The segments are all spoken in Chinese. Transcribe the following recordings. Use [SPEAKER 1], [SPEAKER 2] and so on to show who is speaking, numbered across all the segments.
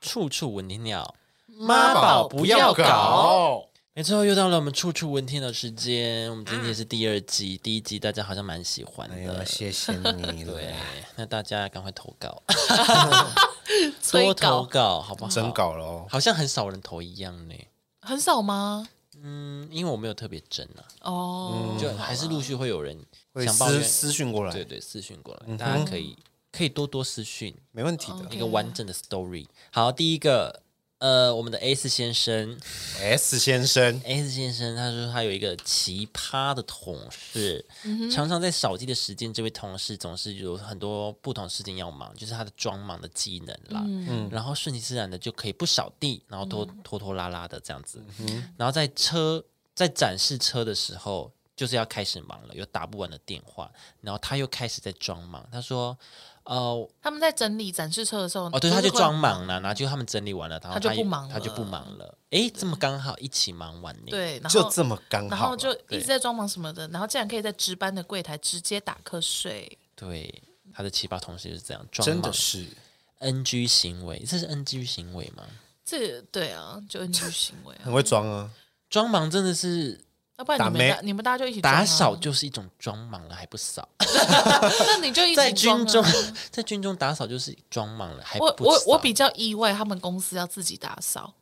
[SPEAKER 1] 处处闻啼鸟，
[SPEAKER 2] 妈宝不要搞，
[SPEAKER 1] 没错，又到了我们处处闻听的时间。我们今天是第二季，第一季大家好像蛮喜欢
[SPEAKER 2] 哎
[SPEAKER 1] 的
[SPEAKER 2] 呦，。谢谢你了，
[SPEAKER 1] 对，啊那大家赶快投稿，
[SPEAKER 3] 催
[SPEAKER 1] 多投
[SPEAKER 3] 稿
[SPEAKER 1] 稿好不好？
[SPEAKER 2] 真，搞了哦，
[SPEAKER 1] 好像很少人投一样呢。
[SPEAKER 3] 很少吗？
[SPEAKER 1] 嗯，因为我没有特别争啊，
[SPEAKER 3] 哦，
[SPEAKER 1] 就还是陆续会有人
[SPEAKER 2] 会
[SPEAKER 1] 想抱
[SPEAKER 2] 私
[SPEAKER 1] 怨，
[SPEAKER 2] 私讯过
[SPEAKER 1] 对
[SPEAKER 2] 来，
[SPEAKER 1] 对，私讯过来，大家可以可以多多私讯
[SPEAKER 2] 没问题的。
[SPEAKER 1] 一个完整的 story。好，第一个，呃，我们的 S 先生
[SPEAKER 2] S 先生，
[SPEAKER 1] ，S 先生他说他有一个奇葩的同事，
[SPEAKER 3] 嗯
[SPEAKER 1] 常常在少记的时间，这位同事总是有很多不同事情要忙，就是他的装忙的技能啦，
[SPEAKER 3] 嗯
[SPEAKER 1] 然后顺其自然的就可以不扫地，然后拖拖拖拉拉的这样子，然后在车在展示车的时候。就是要开始忙了，有打不完的电话，然后他又开始在装忙。他说：“呃，
[SPEAKER 3] 他们在整理展示车的时候，
[SPEAKER 1] 哦，对，他就
[SPEAKER 3] 不是会
[SPEAKER 1] 装，忙了，然后就他们整理完了，然后
[SPEAKER 3] 他就
[SPEAKER 1] 也
[SPEAKER 3] 不忙
[SPEAKER 1] 他就
[SPEAKER 3] 了
[SPEAKER 1] 不忙了。诶，这么刚好一起忙完呢。，
[SPEAKER 3] 对，然
[SPEAKER 2] 就
[SPEAKER 3] 后
[SPEAKER 2] 这么刚
[SPEAKER 3] 然
[SPEAKER 2] 好啊
[SPEAKER 3] 后
[SPEAKER 2] 了，
[SPEAKER 3] 就一直在装忙什么的，然后竟然可以在值班的柜台直接打瞌睡，
[SPEAKER 1] 对，他的奇葩同事就是这样装
[SPEAKER 2] 真
[SPEAKER 1] 忙
[SPEAKER 2] 的是
[SPEAKER 1] NG 行为，这是 NG 行为吗？
[SPEAKER 3] 这对啊，就 NG 行为啊，
[SPEAKER 2] 很会装啊，
[SPEAKER 1] 装忙真的是
[SPEAKER 3] 要不然
[SPEAKER 2] 打
[SPEAKER 3] 你们
[SPEAKER 2] 没
[SPEAKER 3] 大你们大家就一起装啊
[SPEAKER 1] 打扫，就是一种装忙了还不扫，
[SPEAKER 3] 那你就一
[SPEAKER 1] 在
[SPEAKER 3] 起装
[SPEAKER 1] 军
[SPEAKER 3] 啊
[SPEAKER 1] 中 在军中打扫就是装忙了还不
[SPEAKER 3] 我
[SPEAKER 1] 扫。
[SPEAKER 3] 我我比较意外，他们公司要自己打扫，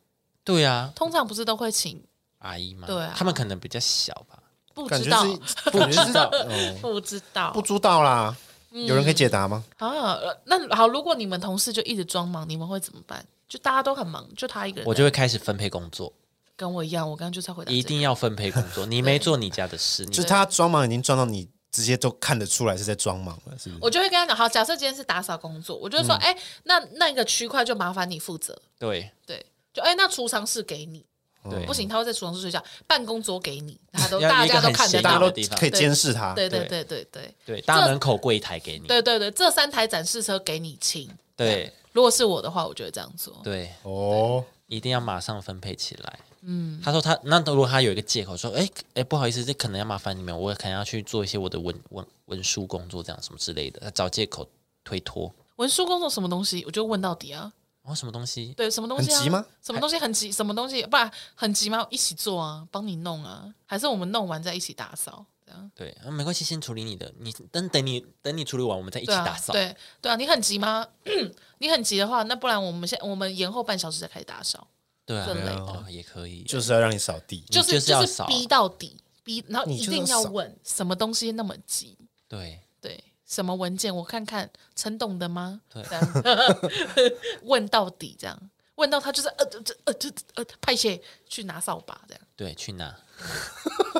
[SPEAKER 1] 对啊，
[SPEAKER 3] 通常不是都会请，
[SPEAKER 1] 阿姨嘛，
[SPEAKER 3] 对啊
[SPEAKER 1] 他们可能比较小吧。
[SPEAKER 3] 不
[SPEAKER 2] 感觉
[SPEAKER 3] 知道
[SPEAKER 2] 是不知道，哦
[SPEAKER 3] 不知道
[SPEAKER 2] 不知道啦，有人可以解答吗？
[SPEAKER 3] 啊。呃那好，如果你们同事就一直装忙，你们会怎么办？就大家都很忙，就他一个人在，
[SPEAKER 1] 我就会开始分配工作，
[SPEAKER 3] 跟我一样，我刚刚就是要回答
[SPEAKER 1] 一
[SPEAKER 3] 这个。
[SPEAKER 1] 定要分配工作。你没做你家的事，你
[SPEAKER 2] 就是他装忙已经装到你直接都看得出来是在装忙了，是不是？
[SPEAKER 3] 我就会跟他讲，好，假设今天是打扫工作，我就
[SPEAKER 1] 嗯
[SPEAKER 3] 说，哎、那那个区块就麻烦你负责，
[SPEAKER 1] 对
[SPEAKER 3] 对，就哎、那储藏室给你，
[SPEAKER 1] 对
[SPEAKER 3] 不行，他会在储藏室睡觉，办公桌给你，他都
[SPEAKER 1] 要
[SPEAKER 3] 大
[SPEAKER 1] 一个
[SPEAKER 3] 家都
[SPEAKER 1] 很
[SPEAKER 3] 看得
[SPEAKER 1] 显眼
[SPEAKER 2] 大家
[SPEAKER 3] 到
[SPEAKER 1] 的
[SPEAKER 2] 都，
[SPEAKER 1] 地方
[SPEAKER 2] 可以监视他，
[SPEAKER 3] 对对对对对
[SPEAKER 1] 对，大门口柜台给你，
[SPEAKER 3] 对对对，这三台展示车给你清，
[SPEAKER 1] 对
[SPEAKER 3] 如果是我的话，我就会这样做。
[SPEAKER 1] 对，
[SPEAKER 2] 哦，
[SPEAKER 1] 一定要马上分配起来。嗯，他说他那如果他有一个借口说，哎、哎、不好意思，这可能要麻烦你们，我可能要去做一些我的文文文书工作，这样什么之类的，他找借口推脱。
[SPEAKER 3] 文书工作什么东西，我就问到底啊。
[SPEAKER 1] 哦，什么东西？
[SPEAKER 3] 对，什么东西、啊？
[SPEAKER 2] 很急吗？
[SPEAKER 3] 什么东西很急？什么东西？不然很急吗？一起做啊，帮你弄啊，还是我们弄完再一起打扫？这样
[SPEAKER 1] 对，啊、没关系，先处理你的，你等等你等你处理完，我们再一起
[SPEAKER 3] 对啊
[SPEAKER 1] 打扫。
[SPEAKER 3] 对对啊，你很急吗？ 你很急的话，那不然我们现我们延后半小时再开始打扫，
[SPEAKER 1] 对
[SPEAKER 3] 这类
[SPEAKER 1] 啊，
[SPEAKER 3] 的
[SPEAKER 1] 哦，也可以，
[SPEAKER 2] 就是要让你扫地，
[SPEAKER 1] 就是要
[SPEAKER 3] 就是
[SPEAKER 1] 扫啊
[SPEAKER 3] 逼到底，逼，然后
[SPEAKER 2] 你
[SPEAKER 3] 一
[SPEAKER 2] 就是
[SPEAKER 3] 定
[SPEAKER 2] 要
[SPEAKER 3] 要
[SPEAKER 2] 扫
[SPEAKER 3] 问什么东西那么急？
[SPEAKER 1] 对
[SPEAKER 3] 对，什么文件？我看看，陈董的吗？
[SPEAKER 1] 对
[SPEAKER 3] 这样 问到底，这样问到他就是呃这呃这呃派谢去拿扫把这样。
[SPEAKER 1] 对，去拿。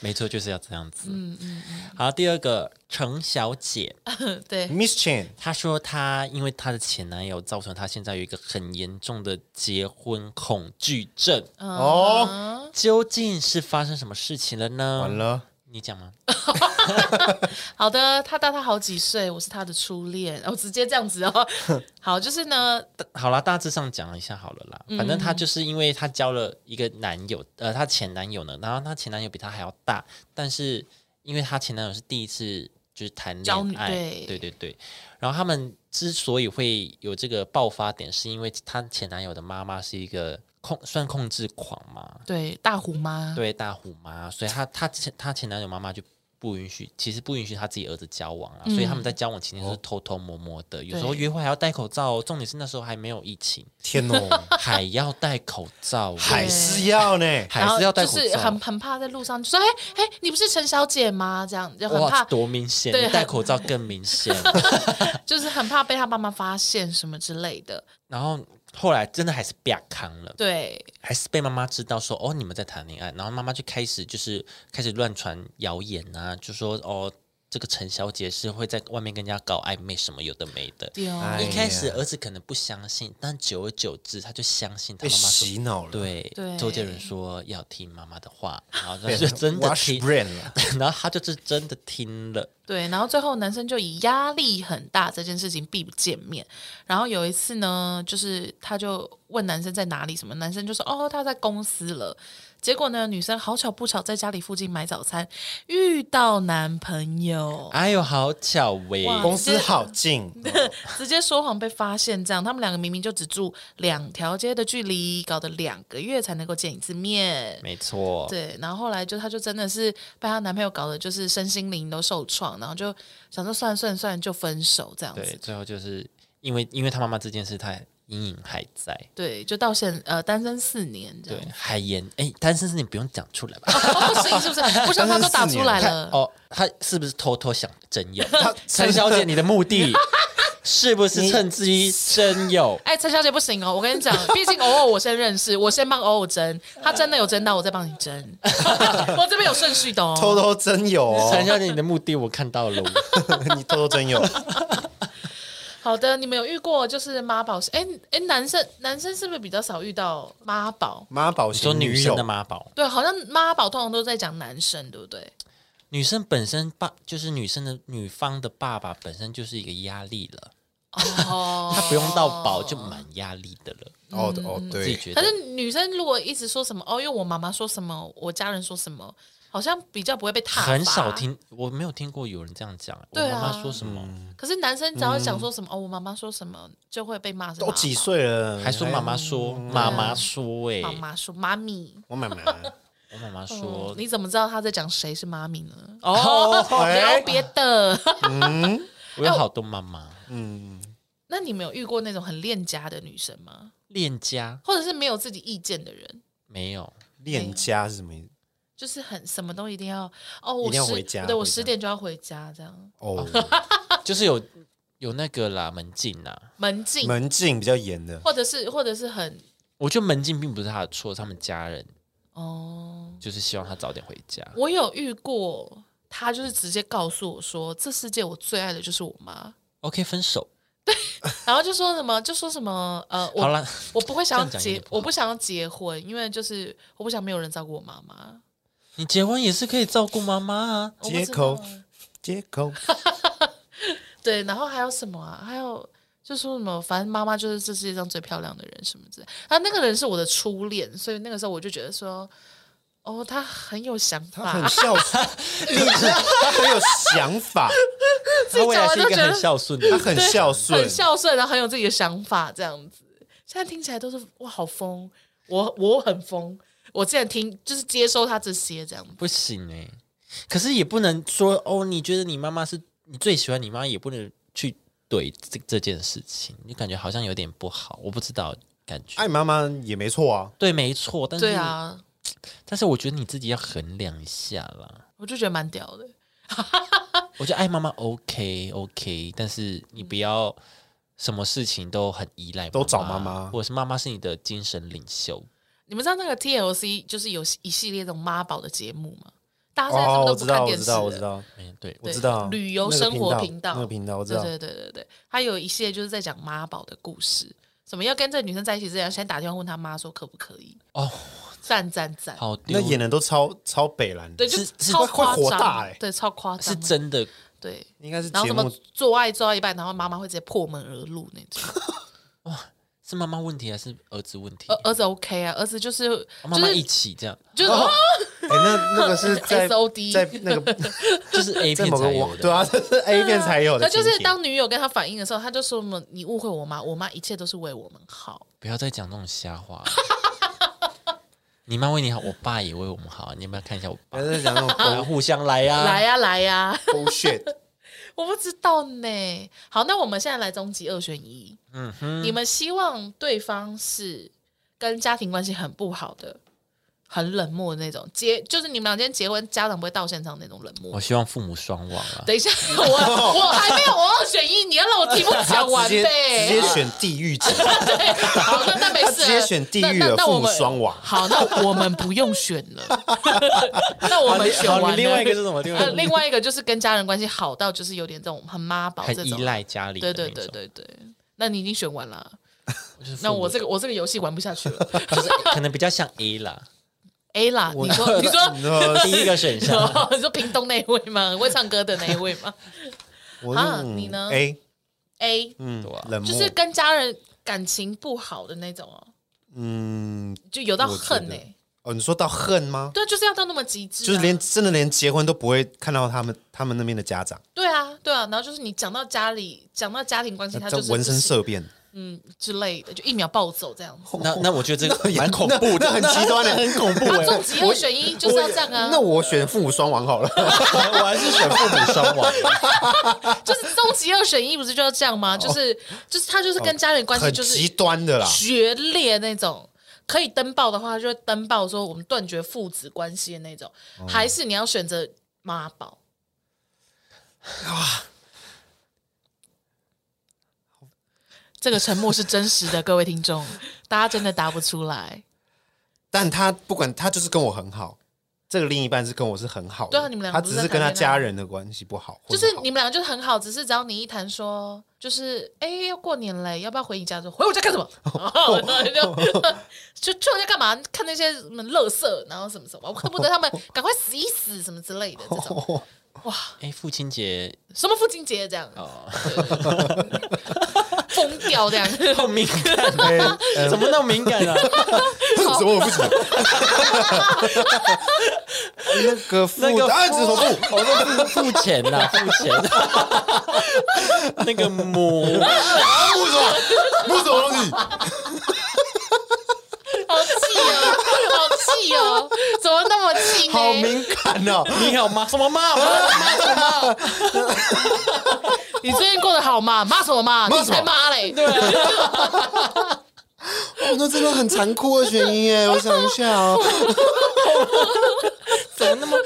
[SPEAKER 1] 没错，就是要这样子。嗯嗯。好，第二个程小姐，
[SPEAKER 3] 对，
[SPEAKER 2] Miss Chen，
[SPEAKER 1] 她说她因为她的前男友造成她现在有一个很严重的结婚恐惧症，
[SPEAKER 3] 嗯
[SPEAKER 2] 哦，
[SPEAKER 1] 究竟是发生什么事情了呢？
[SPEAKER 2] 完，了，
[SPEAKER 1] 你讲吗？
[SPEAKER 3] 好的，他大他好几岁，我是他的初恋，我、哦、直接这样子 哦。好，就是呢，
[SPEAKER 1] 呃好啦，大致上讲一下好了啦。反正她
[SPEAKER 3] 嗯
[SPEAKER 1] 就是因为她交了一个男友，呃，她前男友呢，然后她前男友比她还要大，但是因为她前男友是第一次就是谈
[SPEAKER 3] 交女
[SPEAKER 1] 恋爱，
[SPEAKER 3] 对
[SPEAKER 1] 对对对然后他们之所以会有这个爆发点，是因为她前男友的妈妈是一个控算控制狂嘛，
[SPEAKER 3] 对大虎妈，
[SPEAKER 1] 对大虎妈，所以她她前她前男友妈妈就不允许，其实不允许她自己儿子交往啊，所以他们在交往期间都是偷偷摸摸的，有时候
[SPEAKER 3] 嗯哦对
[SPEAKER 1] 约会还要戴口罩哦。重点是那时候还没有疫情，
[SPEAKER 2] 天哦，
[SPEAKER 1] 还要戴口罩 哦，
[SPEAKER 2] 还是要呢，
[SPEAKER 1] 还是要戴口罩，
[SPEAKER 3] 就是很很怕在路上就说，哎、哎、你不是陈小姐吗？这样就很
[SPEAKER 1] 哇，
[SPEAKER 3] 怕，
[SPEAKER 1] 多明显！
[SPEAKER 3] 对
[SPEAKER 1] 你戴口罩更明 显。
[SPEAKER 3] 就是很怕被他妈妈发现什么之类的。
[SPEAKER 1] 然后后来真的还是被康了，
[SPEAKER 3] 对，
[SPEAKER 1] 还是被妈妈知道说哦你们在谈恋爱，然后妈妈就开始就是开始乱传谣言啊，就说哦。这个陈小姐是会在外面跟人家搞暧昧什么有的没的。
[SPEAKER 3] 对哦
[SPEAKER 2] 哎
[SPEAKER 1] 一开始
[SPEAKER 2] 呀
[SPEAKER 1] 儿子可能不相信，但久而久之他就相信他
[SPEAKER 2] 被
[SPEAKER 1] 妈妈说
[SPEAKER 2] 洗脑了，，
[SPEAKER 1] 对，
[SPEAKER 3] 对
[SPEAKER 1] 周杰伦说要听妈妈的话，然后 他就真的
[SPEAKER 2] wash
[SPEAKER 1] 听，
[SPEAKER 2] brain 了。
[SPEAKER 1] 然后他就是真的听了。
[SPEAKER 3] 对，然后最后男生就以压力很大这件事情避不见面。然后有一次呢，就是他就问男生在哪里什么，男生就说哦他在公司了。结果呢，女生好巧不巧在家里附近买早餐，遇到男朋友，
[SPEAKER 1] 哎呦，好巧喂、
[SPEAKER 3] 哇
[SPEAKER 2] 公司好近，
[SPEAKER 3] 直接说谎被发现。这样他们两个明明就只住两条街的距离，搞得两个月才能够见一次面。
[SPEAKER 1] 没错，
[SPEAKER 3] 对，然后后来就她就真的是被她男朋友搞得就是身心灵都受创，然后就想说算了算了算了就分手这样子
[SPEAKER 1] 对，。最后就是因为因为他妈妈这件事，他阴影还在。
[SPEAKER 3] 对，就到现呃单身四年这
[SPEAKER 1] 对
[SPEAKER 3] 样。，
[SPEAKER 1] 海盐，哎，单身是你不用讲出来吧？
[SPEAKER 3] 哦，不行，是不是？不行，他都打出来了。
[SPEAKER 1] 哦，他是不是偷偷想真有？
[SPEAKER 2] 陈
[SPEAKER 1] 陈小姐，你的目的是不是趁机真有？
[SPEAKER 3] 哎，陈小姐不行哦，我跟你讲，毕竟偶尔我先认识，我先帮偶尔争，他真的有争到，我再帮你争，我这边有顺序的哦。
[SPEAKER 2] 偷偷真有
[SPEAKER 1] 陈
[SPEAKER 2] 哦，
[SPEAKER 1] 小姐，你的目的我看到了，
[SPEAKER 2] 你偷偷真有，
[SPEAKER 3] 好的，你们有遇过就是妈宝？哎哎，男生男生是不是比较少遇到妈宝？
[SPEAKER 2] 妈宝
[SPEAKER 1] 你说
[SPEAKER 2] 型
[SPEAKER 1] 女
[SPEAKER 2] 友
[SPEAKER 1] 生的妈宝，
[SPEAKER 3] 对，好像妈宝通常都在讲男生，对不对？
[SPEAKER 1] 女生本身爸就是女生的女方的爸爸本身就是一个压力了，
[SPEAKER 3] 哦，
[SPEAKER 1] 他不用到宝就蛮压力的了，
[SPEAKER 2] 哦哦
[SPEAKER 1] 嗯自己
[SPEAKER 2] 对，
[SPEAKER 1] 觉
[SPEAKER 3] 可
[SPEAKER 1] 得。
[SPEAKER 3] 是女生如果一直说什么哦，因为我妈妈说什么，我家人说什么，好像比较不会被踏伐。
[SPEAKER 1] 很少。听，我没有听过有人这样讲。我
[SPEAKER 3] 对啊
[SPEAKER 1] 妈妈说什么，
[SPEAKER 3] 可是男生只要想说什么、哦，我妈妈说什么，就会被骂是
[SPEAKER 2] 都
[SPEAKER 3] 妈妈
[SPEAKER 2] 几？岁了，哎
[SPEAKER 1] 还说妈妈说，妈妈说，哎，
[SPEAKER 3] 嗯妈妈说妈咪。
[SPEAKER 2] 我妈妈，
[SPEAKER 1] 我妈妈
[SPEAKER 3] 嗯
[SPEAKER 1] 说，
[SPEAKER 3] 你怎么知道他在讲谁是妈咪呢？哦，哎
[SPEAKER 2] 哎
[SPEAKER 3] 聊
[SPEAKER 1] 啊
[SPEAKER 3] 别的。
[SPEAKER 1] 我有好多妈妈，
[SPEAKER 2] 嗯，
[SPEAKER 3] 那你们有遇过那种很恋家的女生吗？
[SPEAKER 1] 恋家
[SPEAKER 3] 或者是没有自己意见的人？
[SPEAKER 1] 没有，
[SPEAKER 2] 恋家是什么意思？
[SPEAKER 3] 就是很什么都一定要哦，我
[SPEAKER 2] 一定要
[SPEAKER 3] 十
[SPEAKER 2] 回家
[SPEAKER 3] 对我
[SPEAKER 2] 回家
[SPEAKER 3] 十点就要回家，这样
[SPEAKER 2] 哦，
[SPEAKER 1] 哎就是有有那个啦，门禁啊啦。
[SPEAKER 3] 门禁，
[SPEAKER 2] 门禁比较严的，
[SPEAKER 3] 或者是或者是很
[SPEAKER 1] 我觉得门禁并不是他的错，是他们家人
[SPEAKER 3] 哦，
[SPEAKER 1] 就是希望他早点回家。
[SPEAKER 3] 我有遇过，他就是直接告诉我说，这世界我最爱的就是我妈，
[SPEAKER 1] OK，分手
[SPEAKER 3] 然后就说什么就说什么呃，
[SPEAKER 1] 好
[SPEAKER 3] 我
[SPEAKER 1] 了，
[SPEAKER 3] 我不会想要
[SPEAKER 1] 这样讲有
[SPEAKER 3] 结
[SPEAKER 1] 点不，好
[SPEAKER 3] 我不想要结婚，因为就是我不想没有人照顾我妈妈。
[SPEAKER 1] 你结婚也是可以照顾妈妈啊。
[SPEAKER 3] 我不知道
[SPEAKER 2] 借口借口，
[SPEAKER 3] 对，然后还有什么啊？还有就说什么，反正妈妈就是这世界上最漂亮的人什么之类。啊，那个人是我的初恋，所以那个时候我就觉得说，哦，他很有想
[SPEAKER 2] 他
[SPEAKER 3] 法，
[SPEAKER 2] 很孝顺， 你知道他很有想法，
[SPEAKER 1] 他未来是一
[SPEAKER 3] 自
[SPEAKER 1] 个
[SPEAKER 3] 己讲完都觉得
[SPEAKER 1] 很孝顺的
[SPEAKER 2] 他
[SPEAKER 1] 人，
[SPEAKER 2] 很孝顺
[SPEAKER 3] 很，孝顺，然后很有自己的想法，这样子。现在听起来都是哇，好疯，我我很疯，我竟然听就是接收他这些这样子。
[SPEAKER 1] 不行哎、可是也不能说哦，你觉得你妈妈是你最喜欢你妈，也不能去怼这这件事情，你感觉好像有点不好，我不知道感觉。
[SPEAKER 2] 爱妈妈也没错啊，
[SPEAKER 1] 对，没错，但是、
[SPEAKER 3] 啊对啊，
[SPEAKER 1] 但是我觉得你自己要衡量一下啦。
[SPEAKER 3] 我就觉得蛮屌的。
[SPEAKER 1] 我觉得爱妈妈 OK OK，但是你不要什么事情都很依赖，
[SPEAKER 2] 都找妈妈
[SPEAKER 1] 或者是妈妈是你的精神领袖。
[SPEAKER 3] 你们知道那个 TLC 就是有一系列这种妈宝的节目吗？大家现在是
[SPEAKER 2] 哦，
[SPEAKER 3] 不
[SPEAKER 2] 我
[SPEAKER 3] 是都
[SPEAKER 2] 知
[SPEAKER 3] 不看
[SPEAKER 2] 道，我
[SPEAKER 3] 电
[SPEAKER 2] 知
[SPEAKER 3] 视
[SPEAKER 2] 道，我知
[SPEAKER 3] 了？
[SPEAKER 2] 道，
[SPEAKER 1] 嗯，对，
[SPEAKER 2] 我
[SPEAKER 3] 对
[SPEAKER 2] 知道，
[SPEAKER 3] 旅游
[SPEAKER 2] 那个
[SPEAKER 3] 生活频
[SPEAKER 2] 频
[SPEAKER 3] 道
[SPEAKER 2] 那个频道我知
[SPEAKER 3] 对
[SPEAKER 2] 道，
[SPEAKER 3] 对对对对，他有一系列就是在讲妈宝的故事，什么要跟这女生在一起之前，先打电话问他妈说可不可以？
[SPEAKER 1] 哦，
[SPEAKER 3] 赞赞赞！
[SPEAKER 1] 好丢
[SPEAKER 2] 那演的都超超北蓝，
[SPEAKER 3] 对，就是
[SPEAKER 1] 是
[SPEAKER 3] 超
[SPEAKER 2] 快快
[SPEAKER 3] 夸
[SPEAKER 2] 火
[SPEAKER 3] 张
[SPEAKER 2] 大欸
[SPEAKER 3] 对，超夸张
[SPEAKER 1] 是
[SPEAKER 3] 的，
[SPEAKER 1] 真的
[SPEAKER 3] 对。
[SPEAKER 2] 应该是
[SPEAKER 3] 然
[SPEAKER 2] 节
[SPEAKER 3] 后什么
[SPEAKER 2] 目
[SPEAKER 3] 做爱做到一半，然后妈妈会直接破门而入那 种。
[SPEAKER 1] 是妈妈问题还是儿子问题哦
[SPEAKER 3] 儿？儿子 OK 啊，儿子就是
[SPEAKER 1] 妈
[SPEAKER 3] 就
[SPEAKER 1] 妈一
[SPEAKER 3] 是
[SPEAKER 1] 起这样，
[SPEAKER 3] 就是
[SPEAKER 2] 哦哎，那那个是在
[SPEAKER 3] SOD
[SPEAKER 2] 在那 个
[SPEAKER 1] 就是 A
[SPEAKER 2] 在
[SPEAKER 1] 片
[SPEAKER 2] 某
[SPEAKER 1] 才
[SPEAKER 2] 个
[SPEAKER 1] 有
[SPEAKER 2] 网
[SPEAKER 1] 的。
[SPEAKER 2] 对啊，这是 A 片才有的
[SPEAKER 3] 他
[SPEAKER 2] 情
[SPEAKER 3] 就
[SPEAKER 2] 节，
[SPEAKER 3] 是当女友跟他反映的时候，他就说什么你误会我妈，我妈一切都是为我们好。
[SPEAKER 1] 不要再讲那种瞎话。你妈为你好，我爸也为我们好。你要不要看一下我爸
[SPEAKER 2] 还？是讲那 种
[SPEAKER 1] 来互相来啊呀、
[SPEAKER 2] 啊
[SPEAKER 3] 来啊呀、来呀、
[SPEAKER 2] bullshit，
[SPEAKER 3] 我不知道呢。好，那我们现在来终极二选一。
[SPEAKER 1] 嗯哼，
[SPEAKER 3] 你们希望对方是跟家庭关系很不好的，很冷漠的那种，结就是你们俩今天结婚，家长不会到现场那种冷漠
[SPEAKER 1] 我。希望父母双亡啊。
[SPEAKER 3] 等一下， 我我还没有，我二选一，你要让我题目讲
[SPEAKER 2] 他
[SPEAKER 3] 完
[SPEAKER 2] 直接直接
[SPEAKER 3] 呗。
[SPEAKER 2] 选地狱 级，
[SPEAKER 3] 对，好，那那没事了，
[SPEAKER 2] 他直接选地狱
[SPEAKER 3] 啊那那
[SPEAKER 2] 了，
[SPEAKER 3] 那
[SPEAKER 2] 父母
[SPEAKER 3] 我们啊
[SPEAKER 2] 双亡。
[SPEAKER 3] 好，那我们不用选了。 那我
[SPEAKER 1] 好
[SPEAKER 3] 们
[SPEAKER 1] 你
[SPEAKER 3] 选
[SPEAKER 1] 好你另外
[SPEAKER 3] 完了
[SPEAKER 1] 一个是什么另外一个
[SPEAKER 3] 呃 另外一个就是跟家人关系好到就是有点这种很妈宝这
[SPEAKER 1] 很
[SPEAKER 3] 种，
[SPEAKER 1] 依赖家里的
[SPEAKER 3] 对
[SPEAKER 1] 那
[SPEAKER 3] 对
[SPEAKER 1] 种，
[SPEAKER 3] 对对对，那你已经选完了，
[SPEAKER 1] 就是父母，
[SPEAKER 3] 那我这个我这个游戏玩不下去 了。
[SPEAKER 1] 就是可能比较像 A 啦，
[SPEAKER 3] A 啦，你说 你
[SPEAKER 2] 你
[SPEAKER 3] 说
[SPEAKER 2] 说
[SPEAKER 1] 第一个选项
[SPEAKER 3] 你说屏东那一位吗？很会唱歌的那一位吗
[SPEAKER 2] 我
[SPEAKER 3] 啊
[SPEAKER 2] 嗯
[SPEAKER 3] 你呢
[SPEAKER 2] ？A，
[SPEAKER 3] ？A
[SPEAKER 2] 嗯
[SPEAKER 1] 对啊，
[SPEAKER 2] 冷漠，
[SPEAKER 3] 就是跟家人感情不好的那种哦，
[SPEAKER 2] 嗯，
[SPEAKER 3] 就有到
[SPEAKER 2] 我觉得
[SPEAKER 3] 恨呢、欸
[SPEAKER 2] 哦，你说到恨吗？
[SPEAKER 3] 对，就是要到那么极致啊、
[SPEAKER 2] 就是连真的连结婚都不会看到他们他们那边的家长，
[SPEAKER 3] 对啊，对啊，然后就是你讲到家里，讲到家庭关系，他
[SPEAKER 2] 这
[SPEAKER 3] 就是
[SPEAKER 2] 闻声
[SPEAKER 3] 不行
[SPEAKER 2] 色变，
[SPEAKER 3] 嗯之类的，就一秒暴走这样子。
[SPEAKER 1] 那那我觉得这个蛮恐
[SPEAKER 2] 那
[SPEAKER 1] 怖的，
[SPEAKER 2] 那很极 端的，很恐怖
[SPEAKER 3] 他终极啊二选一就是要这样啊
[SPEAKER 2] 那，我选父母双亡好了，
[SPEAKER 1] 我还是选父母双亡。
[SPEAKER 3] 就是终极二选一不是就要这样吗？就是就是他就是跟家人关
[SPEAKER 2] 哦
[SPEAKER 3] 系
[SPEAKER 2] 很
[SPEAKER 3] 就是
[SPEAKER 2] 极端的啦。
[SPEAKER 3] 决裂那种。可以登报的话，就会登报说我们断绝父子关系的那种，
[SPEAKER 2] 哦
[SPEAKER 3] 还是你要选择妈宝？这个沉默是真实的，各位听众，大家真的答不出来。
[SPEAKER 2] 但他不管他就是跟我很好，这个另一半是跟我是很好的，
[SPEAKER 3] 对啊你们两个
[SPEAKER 2] 他
[SPEAKER 3] 不
[SPEAKER 2] 只
[SPEAKER 3] 是
[SPEAKER 2] 是
[SPEAKER 3] 在
[SPEAKER 2] 跟他
[SPEAKER 3] 谈恋爱
[SPEAKER 2] 家人的关系不好，或
[SPEAKER 3] 就
[SPEAKER 2] 者
[SPEAKER 3] 是
[SPEAKER 2] 好
[SPEAKER 3] 你们两个就是很好，只是只要你一谈说，就是哎、诶要过年嘞，要不要回你家？说回我家干什么？ 然后就就去我家干嘛？看那些什么乐色，然后什么什么，我恨不得他们赶快死一死什么之类的这种。
[SPEAKER 1] 哎，父亲节哦
[SPEAKER 3] 什么父亲节这样，疯掉 这样，
[SPEAKER 1] 好敏感，
[SPEAKER 2] 哎 呃
[SPEAKER 1] 怎么那么敏感啊？
[SPEAKER 2] 什么我不行， 那个父
[SPEAKER 1] 那个
[SPEAKER 2] 啊，指头部，
[SPEAKER 1] 我说付付钱 呐，付钱。那个母
[SPEAKER 2] 啊，为什么？为什么东西？
[SPEAKER 3] 好气哦，好气哦，怎么那么气呢？
[SPEAKER 2] 好敏感哦！
[SPEAKER 1] 你好吗？什么妈？妈
[SPEAKER 3] 你最近过得好吗？骂什么骂？
[SPEAKER 2] 骂
[SPEAKER 3] 你
[SPEAKER 2] 什么
[SPEAKER 3] 才骂嘞！
[SPEAKER 2] 哦，那真的很残酷二选一耶！我想一下 哦，
[SPEAKER 1] 怎么那么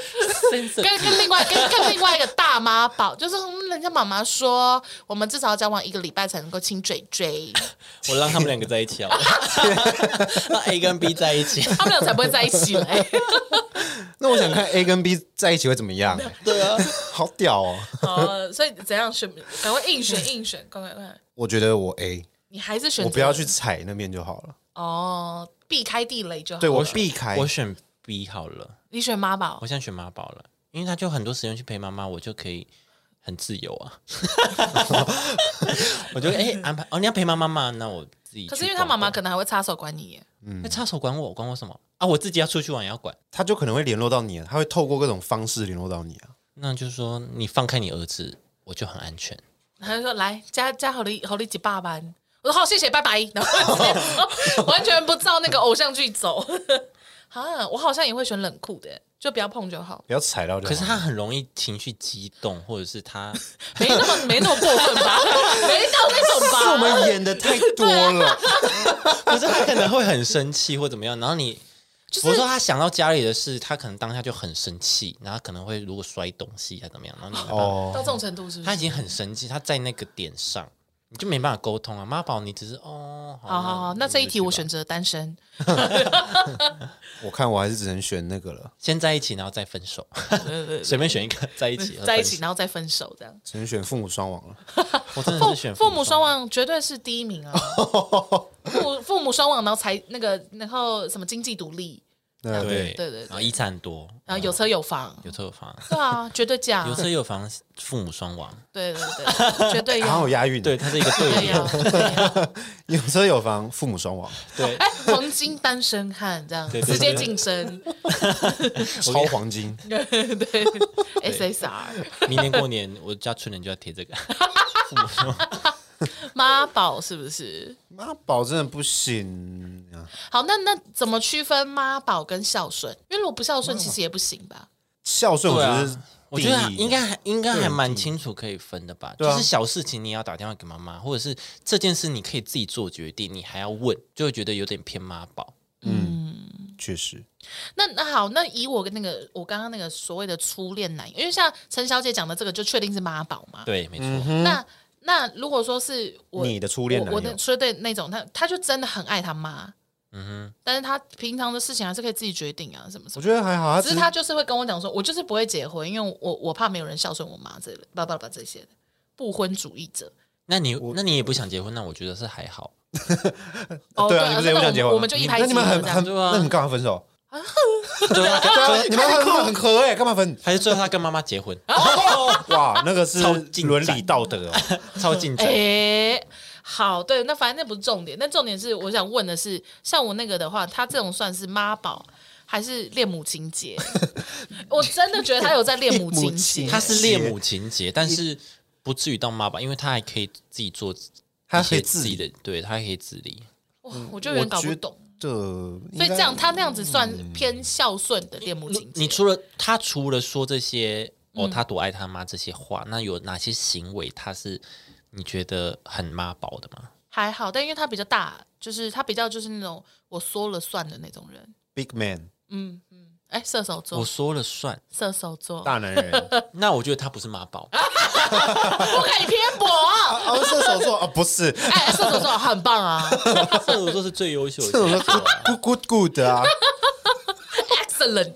[SPEAKER 1] sensitive？
[SPEAKER 3] 跟跟另外跟跟另外一个大妈宝，就是嗯人家妈妈说，我们至少要交往一个礼拜才能够亲嘴嘴，
[SPEAKER 1] 我让他们两个在一起好了， 让 A 跟 B 在一起。
[SPEAKER 3] 他们俩才不会在一起嘞。
[SPEAKER 2] 那我想看 A 跟 B 在一起会怎么样？ 对啊，好屌哦！
[SPEAKER 3] 好，所以怎样选？赶快硬选硬选，快快快！
[SPEAKER 2] 我觉得我 A，
[SPEAKER 3] 你还是选
[SPEAKER 2] 我不要去踩那边就好了。
[SPEAKER 3] 哦，避开地雷就好。
[SPEAKER 2] 对我避开
[SPEAKER 1] 我，选 B 好了，
[SPEAKER 3] 你选妈哦宝
[SPEAKER 1] 我，现在选妈宝了，因为他就很多时间去陪妈妈，我就可以很自由 啊。我就哎、安排哦，你要陪妈妈吗？那我自己去逛逛。
[SPEAKER 3] 可是因为他妈妈可能还会插手管你耶。
[SPEAKER 1] 那插手管我，管我什么啊？我自己要出去玩也要管。
[SPEAKER 2] 他就可能会联络到你，他会透过各种方式联络到你啊。
[SPEAKER 1] 那就是说，你放开你儿子，我就很安全。
[SPEAKER 3] 他就说：“来加加好利好利几爸爸。”我说：“好，谢谢，拜拜。”然后 直接走完全不照那个偶像剧走。 啊，我好像也会选冷酷的，就不要碰就好，
[SPEAKER 2] 不要踩到就好。
[SPEAKER 1] 可是他很容易情绪激动，或者是他
[SPEAKER 3] 没那么没那么过分吧，没到那种吧。
[SPEAKER 2] 是我们演的太多了，
[SPEAKER 1] 可是他可能会很生气或怎么样。然后你，
[SPEAKER 3] 就是
[SPEAKER 1] 我说他想到家里的事，他可能当下就很生气，然后可能会如果摔东西啊怎么样，然后你哦，
[SPEAKER 2] 哦，
[SPEAKER 3] 到这种程度是不是？
[SPEAKER 1] 他已经很生气，他在那个点上，你就没办法沟通啊。妈宝，你只是哦，好
[SPEAKER 3] 好好好，那这一题我选择单身。
[SPEAKER 2] 我看我还是只能选那个了，
[SPEAKER 1] 先在一起，然后再分手，
[SPEAKER 3] 对对
[SPEAKER 1] 随便选一个在一起，
[SPEAKER 3] 在一起，然后再分手这样。
[SPEAKER 2] 只能选父母双亡了。
[SPEAKER 1] 我真的是选
[SPEAKER 3] 父母双亡绝对是第一名 啊！父父母双亡，然后财那个，然后什么经济独立，
[SPEAKER 2] 对
[SPEAKER 1] 对
[SPEAKER 3] 对对对
[SPEAKER 1] 然后遗产多，
[SPEAKER 3] 然后有车有房，
[SPEAKER 1] 有车有 房，
[SPEAKER 3] 对啊，绝对嫁，
[SPEAKER 1] 有车有房，父母双亡，
[SPEAKER 3] 对对 对，绝对
[SPEAKER 2] 刚好
[SPEAKER 3] 要。
[SPEAKER 2] 押韵，
[SPEAKER 1] 对，，它是一个对
[SPEAKER 3] 对
[SPEAKER 1] 比。
[SPEAKER 3] 呀，对呀
[SPEAKER 2] 有车有房，父母双亡，
[SPEAKER 1] 对，
[SPEAKER 3] 哎，黄金单身汉这样
[SPEAKER 1] 对对
[SPEAKER 3] 直接
[SPEAKER 1] 对
[SPEAKER 3] 晋升
[SPEAKER 2] 超黄金。
[SPEAKER 3] 对 SSR
[SPEAKER 1] 明年过年我家春联就要贴 这个。
[SPEAKER 3] 妈宝是不是？
[SPEAKER 2] 妈宝真的不行啊！
[SPEAKER 3] 好，那那怎么区分妈宝跟孝顺？因为如果不孝顺，其实也不行吧？
[SPEAKER 2] 孝顺我
[SPEAKER 1] 对
[SPEAKER 2] 觉
[SPEAKER 1] 啊
[SPEAKER 2] 得是
[SPEAKER 1] 我觉得
[SPEAKER 2] 定义
[SPEAKER 1] 应该还应该还蛮
[SPEAKER 2] 定义
[SPEAKER 1] 清楚可以分的吧，
[SPEAKER 2] 对啊
[SPEAKER 1] 就是小事情你也要打电话给妈妈，或者是这件事你可以自己做决定，你还要问，就会觉得有点偏妈宝。
[SPEAKER 2] 确实，
[SPEAKER 3] 那那好，那以我跟那个我刚刚那个所谓的初恋男友，因为像陈小姐讲的这个，就确定是妈宝嘛。
[SPEAKER 1] 对，没错，
[SPEAKER 2] 嗯
[SPEAKER 3] 那那如果说是我
[SPEAKER 2] 你的初恋男
[SPEAKER 3] 我
[SPEAKER 2] 友
[SPEAKER 3] 我的初恋那种，他他就真的很爱他妈，嗯哼，但是他平常的事情还是可以自己决定啊，什么什
[SPEAKER 2] 我
[SPEAKER 3] 么。
[SPEAKER 2] 觉得还好，他
[SPEAKER 3] 只
[SPEAKER 2] 只
[SPEAKER 3] 是
[SPEAKER 2] 是
[SPEAKER 3] 他就是会跟我讲说，我就是不会结婚，因为我我怕没有人孝顺我妈这类，叭叭叭这些的不婚主义者。
[SPEAKER 1] 那你那你也不想结婚，那我觉得是还 好。
[SPEAKER 3] 哦，
[SPEAKER 2] 对
[SPEAKER 3] 啊
[SPEAKER 2] 啊，你不是也
[SPEAKER 3] 那
[SPEAKER 2] 不想结婚吗？
[SPEAKER 3] 我们就一拍
[SPEAKER 2] 那
[SPEAKER 3] 即
[SPEAKER 2] 你们
[SPEAKER 3] 合
[SPEAKER 2] 很
[SPEAKER 3] 这
[SPEAKER 2] 很
[SPEAKER 3] 样。
[SPEAKER 1] 对啊
[SPEAKER 2] 那你们干嘛分手？
[SPEAKER 1] 对啊，
[SPEAKER 2] 对啊，你们很很和哎，干嘛分？
[SPEAKER 1] 还是最后他跟妈妈结 婚，
[SPEAKER 2] 哇，那个是
[SPEAKER 1] 超进展
[SPEAKER 2] 伦理道 德哦。
[SPEAKER 1] 超进展。
[SPEAKER 3] 哎、好，对，那反正那不是重点，那重点是我想问的是，像我那个的话，他这种算是妈宝还是恋母情节？我真的觉得他有在恋母情节，
[SPEAKER 1] 他是恋母情节，但是不至于到妈宝，因为他还可以自己做一些
[SPEAKER 2] 他可以自
[SPEAKER 1] 自己
[SPEAKER 2] 理
[SPEAKER 1] 的，对他还可以自理。
[SPEAKER 3] 哇，我就有
[SPEAKER 2] 嗯
[SPEAKER 3] 点搞不懂。
[SPEAKER 2] 这
[SPEAKER 3] 所
[SPEAKER 2] 所
[SPEAKER 3] 以这样，他那样子算偏孝顺的恋母情节。
[SPEAKER 1] 你除了他除了说这些哦，
[SPEAKER 2] 嗯
[SPEAKER 1] 他多爱他妈这些话，那有哪些行为他是你觉得很妈宝的吗？
[SPEAKER 3] 还好，但因为他比较大，就是他比较就是那种我说了算的那种人。
[SPEAKER 2] big man
[SPEAKER 3] 嗯嗯，哎、射手
[SPEAKER 1] 我
[SPEAKER 3] 座，
[SPEAKER 1] 说了算，
[SPEAKER 3] 射手座，
[SPEAKER 2] 大男 人，
[SPEAKER 1] 那我觉得他不是妈 宝，
[SPEAKER 3] 不可以偏颇。
[SPEAKER 2] 哦，射手座啊，不 是射
[SPEAKER 3] 哎、射手座很棒啊
[SPEAKER 1] 射手座是最优秀
[SPEAKER 2] 手
[SPEAKER 1] 的。
[SPEAKER 2] 座 good good good 啊，
[SPEAKER 3] ，excellent。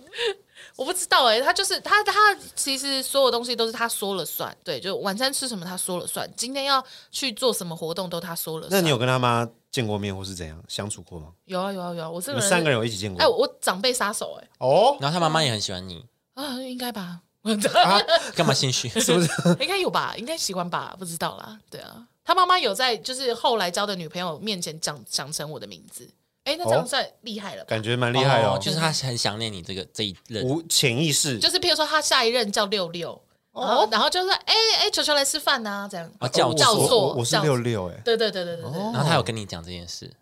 [SPEAKER 3] 我不知道哎、他就是他，他其实所有东西都是他说了算，对，就晚餐吃什么他说了算，今天要去做什么活动都他说了
[SPEAKER 2] 那
[SPEAKER 3] 算。
[SPEAKER 2] 你有跟他妈见过面或是怎样相处过吗？
[SPEAKER 3] 有啊有啊有啊，我这
[SPEAKER 2] 你们
[SPEAKER 3] 个人
[SPEAKER 2] 三个人有一起见过？
[SPEAKER 3] 哎、我我长辈杀手哎、
[SPEAKER 2] 哦
[SPEAKER 1] 然后他妈妈也很喜欢你，
[SPEAKER 3] 啊，应该吧，
[SPEAKER 2] 啊，
[SPEAKER 1] 干嘛心虚？ 哦
[SPEAKER 2] 是不是？
[SPEAKER 3] 应该有吧，应该喜欢吧，不知道啦。对啊，他妈妈有在就是后来交的女朋友面前讲讲成我的名字，哎，那这样
[SPEAKER 2] 哦
[SPEAKER 3] 算厉害了吧？
[SPEAKER 2] 感觉蛮厉害哦，
[SPEAKER 1] 就是他很想念你这个这一任。
[SPEAKER 2] 无潜意识
[SPEAKER 3] 就是譬如说他下一任叫六六，然
[SPEAKER 2] 哦
[SPEAKER 3] 后然后就是哎哎，球球来吃饭呐、这样。
[SPEAKER 1] 哦，叫
[SPEAKER 2] 我
[SPEAKER 3] 叫
[SPEAKER 1] 错，
[SPEAKER 3] 错
[SPEAKER 2] 我我是
[SPEAKER 3] 叫错
[SPEAKER 2] 六六哎，
[SPEAKER 3] 对对对对对对，
[SPEAKER 1] 然后他有跟你讲这件事。
[SPEAKER 3] 哦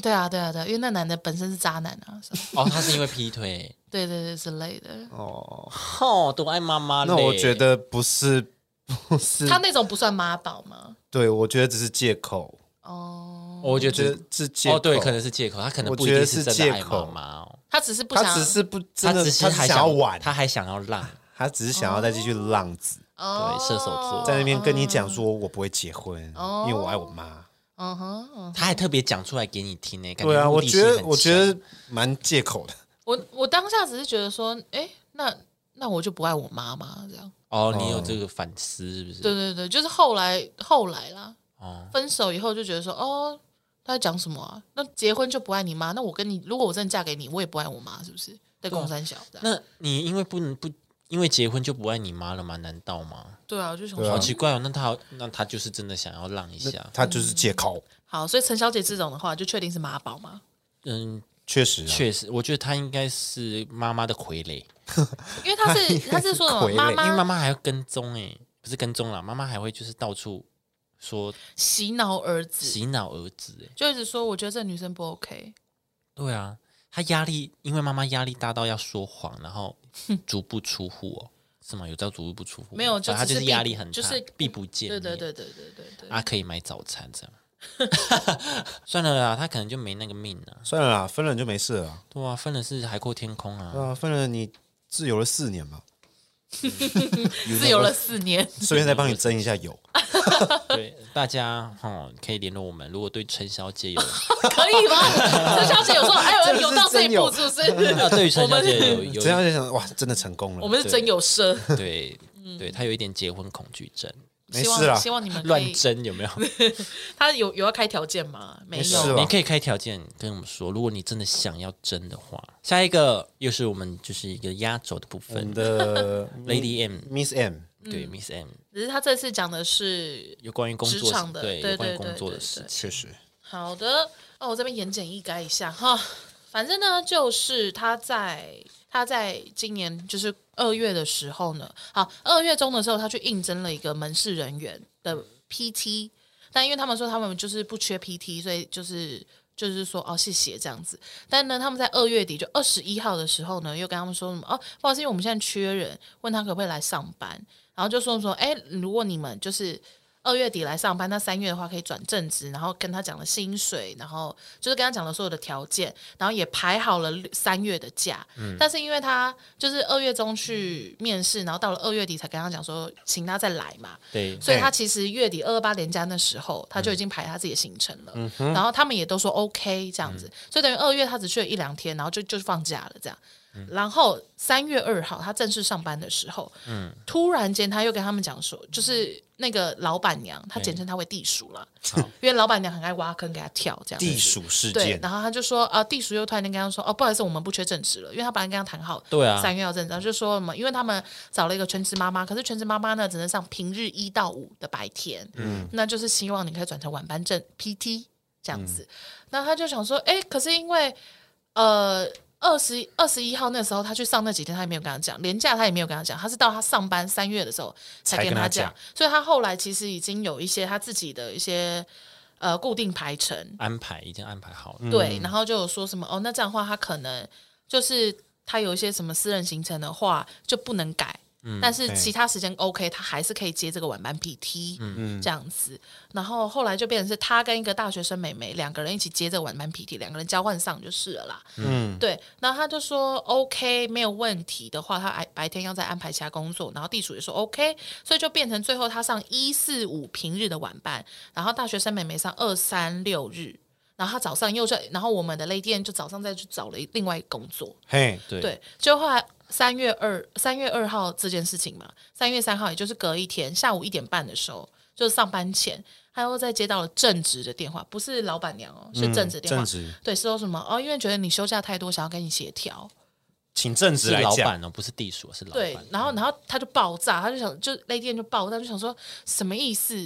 [SPEAKER 3] 对啊对啊对啊，因为那男的本身是渣男啊，什么
[SPEAKER 1] 哦，他是因为劈腿，
[SPEAKER 3] 对对对之类的，
[SPEAKER 2] 哦，
[SPEAKER 1] 哦，多爱妈妈嘞。
[SPEAKER 2] 欸那我觉得不是不是，
[SPEAKER 3] 他那种不算妈宝吗？
[SPEAKER 2] 对我觉得只是借口，
[SPEAKER 3] 哦，
[SPEAKER 1] 我觉
[SPEAKER 2] 我觉
[SPEAKER 1] 得
[SPEAKER 2] 得是借口，
[SPEAKER 1] 哦，对，可能是借口，他可能
[SPEAKER 2] 我
[SPEAKER 1] 不一
[SPEAKER 2] 觉
[SPEAKER 1] 定
[SPEAKER 2] 得
[SPEAKER 1] 是
[SPEAKER 2] 是
[SPEAKER 1] 真的
[SPEAKER 2] 借
[SPEAKER 1] 爱妈
[SPEAKER 2] 口
[SPEAKER 1] 妈哦，
[SPEAKER 3] 他只是不想，
[SPEAKER 2] 他只是不真
[SPEAKER 1] 他
[SPEAKER 2] 的，
[SPEAKER 1] 只是
[SPEAKER 2] 他
[SPEAKER 1] 还
[SPEAKER 2] 想要玩，
[SPEAKER 1] 他还想要浪，
[SPEAKER 2] 他只是想要再继续浪子，
[SPEAKER 3] 哦
[SPEAKER 1] 对射手座
[SPEAKER 2] 在那边跟你讲说我不会结婚，因为我爱我妈。
[SPEAKER 3] 嗯哼，嗯
[SPEAKER 1] 他还特别讲出来给你听呢。感
[SPEAKER 2] 对啊，
[SPEAKER 1] 目
[SPEAKER 2] 我
[SPEAKER 1] 的
[SPEAKER 2] 觉
[SPEAKER 1] 性
[SPEAKER 2] 得
[SPEAKER 1] 很
[SPEAKER 2] 我觉
[SPEAKER 1] 强
[SPEAKER 2] 得蛮借口的。
[SPEAKER 3] 我我当下只是觉得说，哎，那那我就不爱我妈妈这样。
[SPEAKER 1] 哦，你有这个反思是不是？
[SPEAKER 2] 啊
[SPEAKER 3] 对对对，就是后来后来啦，
[SPEAKER 1] 哦，
[SPEAKER 3] 分手以后就觉得说，哦，他在讲什么啊？那结婚就不爱你妈？那我跟你，如果我真的嫁给你，我也不爱我妈，是不是？对，共三小这样。
[SPEAKER 1] 那你因为不能不因为结婚就不爱你妈了吗？难道吗？
[SPEAKER 3] 对啊，我就想
[SPEAKER 2] 对
[SPEAKER 3] 说
[SPEAKER 1] 好
[SPEAKER 2] 啊，
[SPEAKER 1] 奇怪哦，那他那他就是真的想要浪一下，
[SPEAKER 2] 他就是借口，
[SPEAKER 3] 好，所以陈小姐这种的话，就确定是妈宝吗？
[SPEAKER 1] 嗯，
[SPEAKER 2] 确实啊，
[SPEAKER 1] 确实，我觉得他应该是妈妈的傀儡，
[SPEAKER 3] 因为她
[SPEAKER 1] 哎
[SPEAKER 3] 是她是说什么
[SPEAKER 2] 傀儡
[SPEAKER 3] 妈
[SPEAKER 1] 因为妈
[SPEAKER 3] 妈
[SPEAKER 1] 妈还要跟踪哎、不是跟踪啦，妈妈还会就是到处说
[SPEAKER 3] 洗脑儿子，
[SPEAKER 1] 洗脑儿子哎、
[SPEAKER 3] 就一直说我觉得这女生不 OK。
[SPEAKER 1] 对啊，他压力，因为妈妈压力大到要说谎，然后足不出户哦，是吗？有叫足不出户吗？
[SPEAKER 3] 没有就
[SPEAKER 1] 反正他就
[SPEAKER 3] 只
[SPEAKER 1] 是是
[SPEAKER 3] 避
[SPEAKER 1] 压力很大，
[SPEAKER 3] 就是
[SPEAKER 1] 避不见
[SPEAKER 3] 对
[SPEAKER 1] 面。
[SPEAKER 3] 对对对对对对。
[SPEAKER 1] 啊，可以买早餐这样。 算了啦，他可能就没那个命啊。
[SPEAKER 2] 算了啦，分了你就没事了啊。
[SPEAKER 1] 对啊，分了是海阔天空啊。
[SPEAKER 2] 对啊，分了你自由了四年 嘛，
[SPEAKER 3] 自由了四年，
[SPEAKER 2] 顺便再帮你争一下友。
[SPEAKER 1] 对，大家哈可以联络我们，如果对陈小姐 有，
[SPEAKER 3] 可以吗？ 陈小姐有说，哎，我有到这一步，是 不是？
[SPEAKER 1] 啊，对于陈小姐有有
[SPEAKER 2] 这样就想，哇，真的成功了。
[SPEAKER 3] 我们是真有社，
[SPEAKER 1] 对
[SPEAKER 3] 嗯
[SPEAKER 1] 对，她有一点结婚恐惧症，
[SPEAKER 2] 没
[SPEAKER 3] 希望
[SPEAKER 2] 事啦
[SPEAKER 3] 希望你们嗯可
[SPEAKER 1] 乱
[SPEAKER 3] 以。
[SPEAKER 1] 争有没有？
[SPEAKER 3] 他有有要开条件吗？没
[SPEAKER 2] 没事
[SPEAKER 3] 有。
[SPEAKER 2] 吧
[SPEAKER 1] 你可以开条件跟我们说，如果你真的想要争的话。下一个又是我们就是一个压轴的部
[SPEAKER 2] 我们
[SPEAKER 1] 分，
[SPEAKER 2] 的
[SPEAKER 1] Lady M
[SPEAKER 2] Miss M，
[SPEAKER 3] 嗯
[SPEAKER 1] 对 Miss M
[SPEAKER 3] 只是他这次讲的是
[SPEAKER 1] 有关于工
[SPEAKER 3] 职
[SPEAKER 1] 作
[SPEAKER 3] 场的
[SPEAKER 1] 对
[SPEAKER 3] 对
[SPEAKER 1] 有关于
[SPEAKER 3] 对
[SPEAKER 1] 工
[SPEAKER 3] 对
[SPEAKER 1] 作的
[SPEAKER 3] 对
[SPEAKER 1] 事
[SPEAKER 3] 对
[SPEAKER 1] 情，
[SPEAKER 2] 确实
[SPEAKER 3] 好的哦，我这边言简意赅一下哈。反正呢，就是他在他在今年就是二月的时候呢，好，二月中的时候，他去应征了一个门市人员的 PT，但因为他们说他们就是不缺 PT，所以就是就是说哦谢谢这样子。但呢，他们在二月底就二十一号的时候呢，又跟他们说什么哦，不好意思，因为我们现在缺人，问他可不可以来上班，然后就说说，哎，如果你们就是二月底来上班，那三月的话可以转正职，然后跟他讲了薪水，然后就是跟他讲了所有的条件，然后也排好了六三月的假。但是因为他就是二月中去面试，然后到了二月底才跟他讲说，请他再来嘛。
[SPEAKER 1] 对，
[SPEAKER 3] 所以他
[SPEAKER 2] 哎
[SPEAKER 3] 其实月底二二八连假那时候，他就已经排他自己的行程了，然后他们也都说 OK 这样子，所以等于二月他只去了一两天，然后就就放假了这样。然后三月二号他正式上班的时候，突然间他又跟他们讲说，就是那个老板娘，他简称她为地鼠了，因为老板娘很爱挖坑给他跳这样子。
[SPEAKER 2] 地鼠事
[SPEAKER 3] 对
[SPEAKER 2] 件，，
[SPEAKER 3] 然后他就说啊，地鼠又突然间跟他说，哦，不好意思，我们不缺正职了，因为他本来跟他谈好，
[SPEAKER 1] 对啊
[SPEAKER 3] 三月要正职，然后就说什么，因为他们找了一个全职妈妈，可是全职妈妈呢，只能上平日一到五的白天，嗯，那就是希望你可以转成晚班正 PT 这样子。那他就想说，哎，可是因为呃。二十二十一号那时候，他去上那几天，他也没有跟他讲，连假他也没有跟他讲，他是到他上班三月的时候才
[SPEAKER 2] 才
[SPEAKER 3] 跟
[SPEAKER 2] 跟
[SPEAKER 3] 他
[SPEAKER 2] 他
[SPEAKER 3] 讲
[SPEAKER 2] 讲，
[SPEAKER 3] 所以他后来其实已经有一些他自己的一些呃固定排程，
[SPEAKER 1] 安排已经安排好了。
[SPEAKER 3] 对，然后就有说什么哦，那这样的话，他可能就是他有一些什么私人行程的话就不能改，但是
[SPEAKER 2] 对
[SPEAKER 3] 其他时间 OK，他还是可以接这个晚班 PT，嗯这样子。然后后来就变成是他跟一个大学生妹妹两个人一起接这个晚班 PT，两个人交换上就是了啦。
[SPEAKER 2] 嗯，
[SPEAKER 3] 对，然后他就说 OK，没有问题的话，他白白天要再安排其他工作，然后地主也说 OK，所以就变成最后他上一四五平日的晚班，然后大学生妹妹上二三六日，然后他早上又在，然后我们的雷电就早上再去找了另外一个工作，
[SPEAKER 2] 嘿，
[SPEAKER 1] 对
[SPEAKER 3] 对，就后来三月二三月二号这件事情嘛，三月三号也就是隔一天下午一点半的时候，就是上班前，他又再接到了正职的电话，不是老板娘哦，是正职电话，
[SPEAKER 2] 嗯正职，
[SPEAKER 3] 对，是说什么哦，因为觉得你休假太多，想要跟你协调。
[SPEAKER 2] 请正
[SPEAKER 1] 是
[SPEAKER 2] 职来
[SPEAKER 1] 老
[SPEAKER 2] 讲，
[SPEAKER 1] 板哦，不是地鼠，是老
[SPEAKER 3] 对
[SPEAKER 1] 板。，嗯
[SPEAKER 3] 然后然后他就爆炸，他就想就雷电就爆炸，就想说什么意思？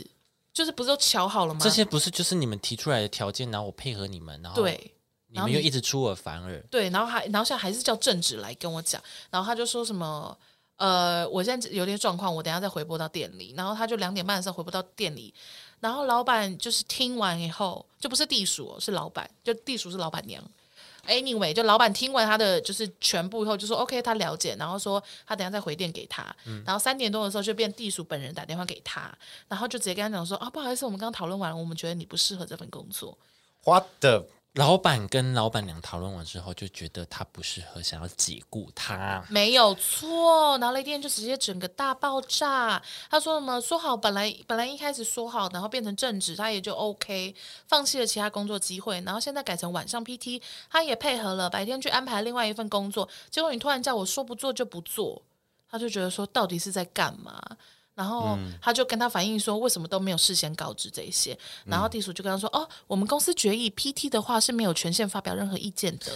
[SPEAKER 3] 就是不是都瞧好了吗？
[SPEAKER 1] 这些不是就是你们提出来的条件，然后我配合你们，然后
[SPEAKER 3] 对
[SPEAKER 1] 你
[SPEAKER 3] 然后
[SPEAKER 1] 们又
[SPEAKER 3] 你
[SPEAKER 1] 一直出尔反尔，
[SPEAKER 3] 对，然后还然后现在还是叫正直来跟我讲，然后他就说什么。呃，我现在有点状况，我等一下再回拨到店里。然后他就两点半的时候回拨到店里，然后老板就是听完以后，就不是地鼠哦、是老板，就地鼠是老板娘。Anyway，就老板听完他的就是全部以后，就说 OK，他了解，然后说他等一下再回电给他。然后三点多的时候就变地鼠本人打电话给他，然后就直接跟他讲说啊，不好意思，我们刚刚讨论完了，我们觉得你不适合这份工作。
[SPEAKER 2] 花的
[SPEAKER 1] 老板跟老板娘讨论完之后，就觉得他不适合，想要解雇他。
[SPEAKER 3] 没有错，然后雷电就直接整个大爆炸。他说什么说好本来本来一开始说好，然后变成正职，他也就 OK，放弃了其他工作机会，然后现在改成晚上 PT，他也配合了，白天去安排另外一份工作。结果你突然叫我说不做就不做，他就觉得说到底是在干嘛？然后他就跟他反映说，为什么都没有事先告知这一些？然后地鼠就跟他说，哦，我们公司决议 PT 的话是没有权限发表任何意见的。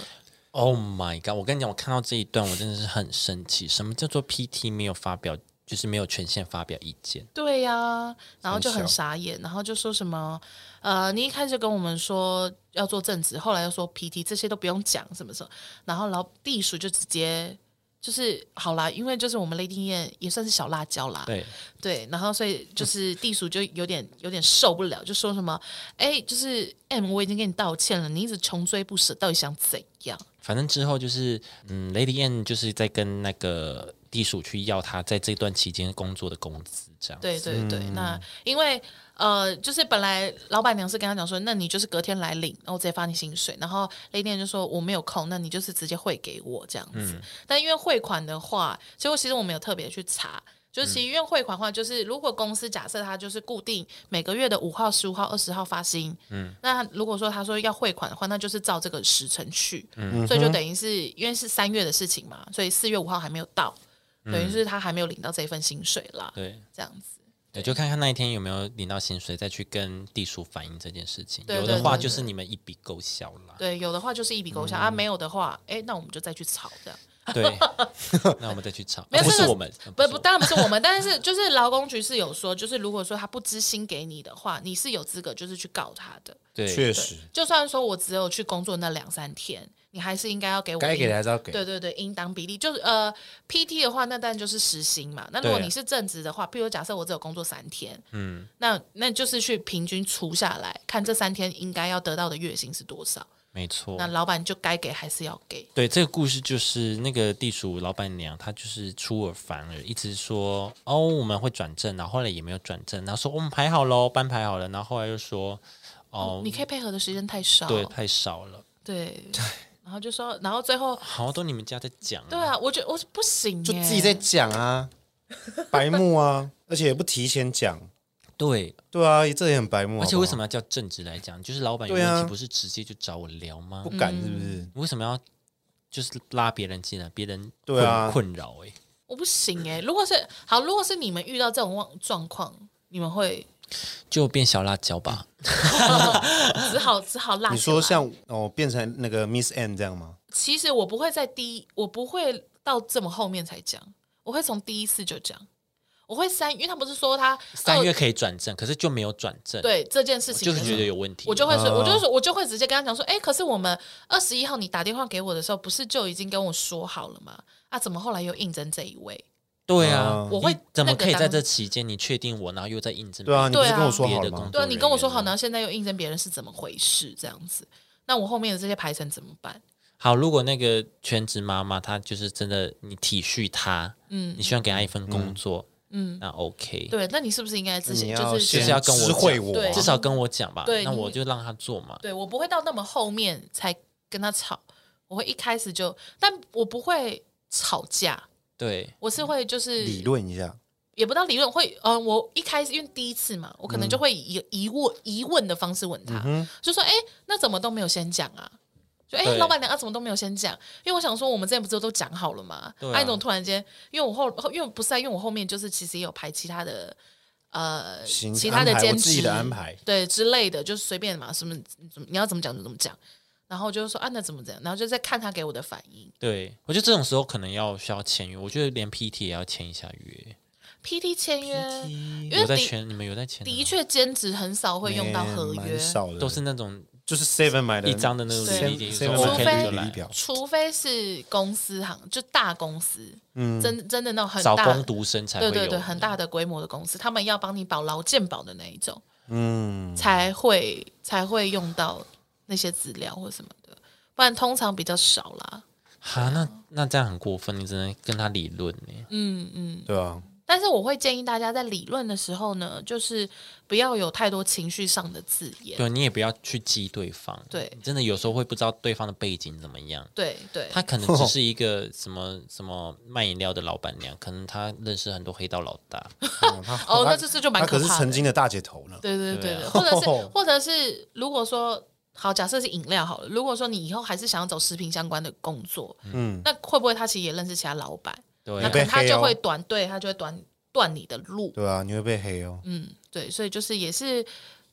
[SPEAKER 1] Oh my god！我跟你讲，我看到这一段，我真的是很生气。什么叫做 PT 没有发表，就是没有权限发表意见？
[SPEAKER 3] 对呀、然后就很
[SPEAKER 2] 小
[SPEAKER 3] 傻眼，然后就说什么，呃，你一开始就跟我们说要做正职，后来又说 PT，这些都不用讲什么什么，然后老地鼠就直接就是好啦，因为就是我们 Lady 燕也算是小辣椒啦，
[SPEAKER 1] 对，
[SPEAKER 3] 对，然后所以就是地鼠就有点有点受不了，就说什么，哎，就是 M 我已经跟你道歉了，你一直穷追不舍，到底想怎样？
[SPEAKER 1] 反正之后就是，嗯，Lady N 就是在跟那个地鼠去要他在这段期间工作的工资，这样。
[SPEAKER 3] 对对对，那因为呃，就是本来老板娘是跟他讲说，那你就是隔天来领，然后直接发你薪水。然后雷店就说我没有空，那你就是直接汇给我这样子。但因为汇款的话，结果其实我们有特别去查。就是其实因为汇款的话，就是如果公司假设它就是固定每个月的五号、十五号、二十号发薪，嗯，那如果说他说要汇款的话，那就是照这个时辰去，嗯，所以就等于是因为是三月的事情嘛，所以四月五号还没有到，等于是他还没有领到这一份薪水啦，
[SPEAKER 1] 对
[SPEAKER 3] 这样子。
[SPEAKER 1] 对，就看看那一天有没有领到薪水，再去跟地鼠反映这件事情。
[SPEAKER 3] 对
[SPEAKER 1] 有
[SPEAKER 3] 对
[SPEAKER 1] 的话
[SPEAKER 3] 对
[SPEAKER 1] 就是你们一笔勾销啦。
[SPEAKER 3] 对，有的话就是一笔勾销、
[SPEAKER 2] 嗯
[SPEAKER 3] 啊，没有的话，哎，那我们就再去吵这样。
[SPEAKER 1] 对， 那我们再去吵，哦
[SPEAKER 3] 没有
[SPEAKER 1] 不
[SPEAKER 3] 这
[SPEAKER 1] 是
[SPEAKER 3] 个
[SPEAKER 1] 我们，
[SPEAKER 3] 不
[SPEAKER 1] 是
[SPEAKER 3] 不，
[SPEAKER 1] 我
[SPEAKER 3] 当然不是我们，但是就是劳工局是有说，就是如果说他不知薪给你的话，你是有资格就是去告他的。
[SPEAKER 1] 对，
[SPEAKER 2] 确实
[SPEAKER 3] 就算说我只有去工作那两三天，你还是应该要给我
[SPEAKER 2] 该给
[SPEAKER 3] 应
[SPEAKER 2] 的还是要给，
[SPEAKER 3] 对对对，应当比例就是呃，PT 的话，那当然就是时薪嘛。那如果
[SPEAKER 1] 对
[SPEAKER 3] 你是正职的话，譬如假设我只有工作三天，
[SPEAKER 2] 哦
[SPEAKER 3] 嗯，那那就是去平均除下来，看这三天应该要得到的月薪是多少。
[SPEAKER 1] 没错
[SPEAKER 3] 那。老板就该给还是要给。
[SPEAKER 1] 对，这个故事就是那个地主老板娘，她就是出尔反尔，一直说哦我们会转正，然后后来也没有转正，然后说、我们排好喽，班排好了，然后后来又说哦
[SPEAKER 3] 你可以配合的时间太少，
[SPEAKER 1] 对太少了，
[SPEAKER 3] 对然后就说，然后最后
[SPEAKER 1] 好都你们家在讲、
[SPEAKER 3] 对啊，我觉得我不行
[SPEAKER 2] 就
[SPEAKER 3] 耶，
[SPEAKER 2] 自己在讲啊，白目啊，而且也不提前讲，
[SPEAKER 1] 对，
[SPEAKER 2] 对啊，这也很白目。
[SPEAKER 1] 而且为什
[SPEAKER 2] 么
[SPEAKER 1] 么要叫正直来讲？就是老板有
[SPEAKER 2] 对啊
[SPEAKER 1] 问题，不是直接就找我聊吗
[SPEAKER 2] 不？敢？是不
[SPEAKER 3] 嗯
[SPEAKER 2] 是？
[SPEAKER 1] 你为什么要就是拉别人进来？别人
[SPEAKER 2] 对啊
[SPEAKER 1] 困困扰哎、
[SPEAKER 3] 我不行哎。如果是好，如果是你们遇到这种状状况，你们会
[SPEAKER 1] 就变小辣椒吧。
[SPEAKER 3] 嗯只好只好辣起来。
[SPEAKER 2] 你说像哦，变成那个 Miss N 这样吗？
[SPEAKER 3] 其实我不会在第一，我不会到这么后面才讲，我会从第一次就讲，我会三，因为他不是说他
[SPEAKER 1] 三月
[SPEAKER 3] 哦
[SPEAKER 1] 可以转正，可是就没有转正，，
[SPEAKER 3] 对这件事情
[SPEAKER 1] 就是觉
[SPEAKER 3] 的时
[SPEAKER 1] 得
[SPEAKER 3] 候
[SPEAKER 1] 有问题。
[SPEAKER 3] 我就会说，
[SPEAKER 2] 哦
[SPEAKER 3] 我就说，我就会直接跟他讲说，哎、可是我们二十一号你打电话给我的时候，不是就已经跟我说好了吗？啊，怎么后来又应征这一位？
[SPEAKER 1] 对啊，
[SPEAKER 2] 嗯
[SPEAKER 3] 我会
[SPEAKER 1] 你怎么
[SPEAKER 3] 那个
[SPEAKER 1] 可以
[SPEAKER 3] 当
[SPEAKER 1] 在这期间你确定我，然后又在印证？
[SPEAKER 2] 对啊，你不是
[SPEAKER 3] 对啊
[SPEAKER 2] 跟我说好
[SPEAKER 1] 别
[SPEAKER 2] 了
[SPEAKER 1] 的
[SPEAKER 2] 吗
[SPEAKER 1] 工？
[SPEAKER 3] 对
[SPEAKER 1] 作
[SPEAKER 3] 啊，
[SPEAKER 1] 人员
[SPEAKER 3] 你跟我说好，然后现在又应征别人是怎么回事？这样子，那我后面的这些排程怎么办？
[SPEAKER 1] 好，如果那个全职妈妈她就是真的，你体恤她，嗯，你希望给她一份工作，嗯，那 OK，
[SPEAKER 3] 对，那你是不是应该之
[SPEAKER 2] 你
[SPEAKER 3] 前
[SPEAKER 2] 要
[SPEAKER 3] 就
[SPEAKER 1] 就
[SPEAKER 3] 是
[SPEAKER 2] 先
[SPEAKER 1] 是要跟我
[SPEAKER 2] 知会
[SPEAKER 1] 讲
[SPEAKER 2] 我
[SPEAKER 3] 对
[SPEAKER 2] 啊，
[SPEAKER 1] 至少跟我讲吧，
[SPEAKER 3] 对
[SPEAKER 1] 那
[SPEAKER 3] 你
[SPEAKER 1] 我就让她做嘛。
[SPEAKER 3] 对我不会到那么后面才跟他吵，我会一开始就，但我不会吵架，
[SPEAKER 1] 对，
[SPEAKER 3] 我是会就是
[SPEAKER 2] 理，论一下。
[SPEAKER 3] 也不到理论，会嗯、呃我一开始因为第一次嘛，我可
[SPEAKER 2] 嗯
[SPEAKER 3] 能就会以疑问疑问的方式问他，就说哎、那怎么都没有先讲啊？就哎、
[SPEAKER 1] 对
[SPEAKER 3] 老板娘啊，怎么都没有先讲？因为我想说，我们之前不是都讲好了吗？
[SPEAKER 1] 对啊
[SPEAKER 3] 你怎么突然间？因为我后，后因为不是、啊，因为我后面就是其实也有排其他的，呃，
[SPEAKER 2] 行
[SPEAKER 3] 其他
[SPEAKER 2] 安排
[SPEAKER 3] 兼
[SPEAKER 2] 我自己
[SPEAKER 3] 职
[SPEAKER 2] 的安排
[SPEAKER 3] 对之类的，就是随便嘛，什么怎么你要怎么讲就怎么讲。然后就是说啊，那怎么怎样？然后就再看他给我的反应。
[SPEAKER 1] 对，我觉得这种时候可能要需要签约，我觉得连 PT 也要签一下约。
[SPEAKER 3] PT 签约因
[SPEAKER 1] 有
[SPEAKER 3] 为
[SPEAKER 1] 在
[SPEAKER 3] 的
[SPEAKER 1] 签，你们有在签吗？
[SPEAKER 3] 的确兼职很少会用到合
[SPEAKER 2] 嗯蛮
[SPEAKER 3] 约，
[SPEAKER 2] 少的，
[SPEAKER 1] 都是那种
[SPEAKER 2] 就是 Seven 买的
[SPEAKER 1] 一张的那种
[SPEAKER 3] 对
[SPEAKER 1] 履历，
[SPEAKER 2] 先
[SPEAKER 1] 说
[SPEAKER 3] 先
[SPEAKER 1] OK
[SPEAKER 3] 买
[SPEAKER 1] 就
[SPEAKER 2] 履历
[SPEAKER 1] 来，
[SPEAKER 2] 表
[SPEAKER 3] 除非是公司行，就大公司，嗯，真真的那种很
[SPEAKER 1] 找
[SPEAKER 3] 大
[SPEAKER 1] 工读生才会
[SPEAKER 3] 对
[SPEAKER 1] 有。
[SPEAKER 3] 对对，很大的规模的公司，他们要帮你保劳健保的那一种，
[SPEAKER 2] 嗯，
[SPEAKER 3] 才会才会用到那些资料或什么的，不然通常比较少啦。
[SPEAKER 1] 哈，那那这样很过分，你只能跟他理论呢。
[SPEAKER 2] 对啊，
[SPEAKER 3] 但是我会建议大家在理论的时候呢，就是不要有太多情绪上的字眼。
[SPEAKER 1] 对你也不要去激对方，
[SPEAKER 3] 对
[SPEAKER 1] 真的有时候会不知道对方的背景怎么样。
[SPEAKER 3] 对对
[SPEAKER 1] 他可能只是一个什么什么卖饮料的老板娘，可能他认识很多黑道老大，
[SPEAKER 2] 嗯他
[SPEAKER 3] 哦 那
[SPEAKER 2] 他
[SPEAKER 3] 这次就蛮
[SPEAKER 2] 他可
[SPEAKER 3] 可
[SPEAKER 2] 是
[SPEAKER 3] 怕的
[SPEAKER 2] 曾经的大姐头了，
[SPEAKER 3] 对对对
[SPEAKER 1] 对
[SPEAKER 3] 对，
[SPEAKER 1] 啊
[SPEAKER 3] 或者是
[SPEAKER 2] 哦
[SPEAKER 3] 或者是如果说好，假设是饮料好了，如果说你以后还是想要走食品相关的工作，
[SPEAKER 2] 嗯，
[SPEAKER 3] 那会不会他其实也认识其他老板？
[SPEAKER 1] 对
[SPEAKER 3] 那
[SPEAKER 1] 啊
[SPEAKER 3] 可能他
[SPEAKER 2] 被黑哦
[SPEAKER 3] 就会短，对他就会短断你的路。
[SPEAKER 2] 对啊，你会被黑哦，
[SPEAKER 3] 嗯，对，所以就是也是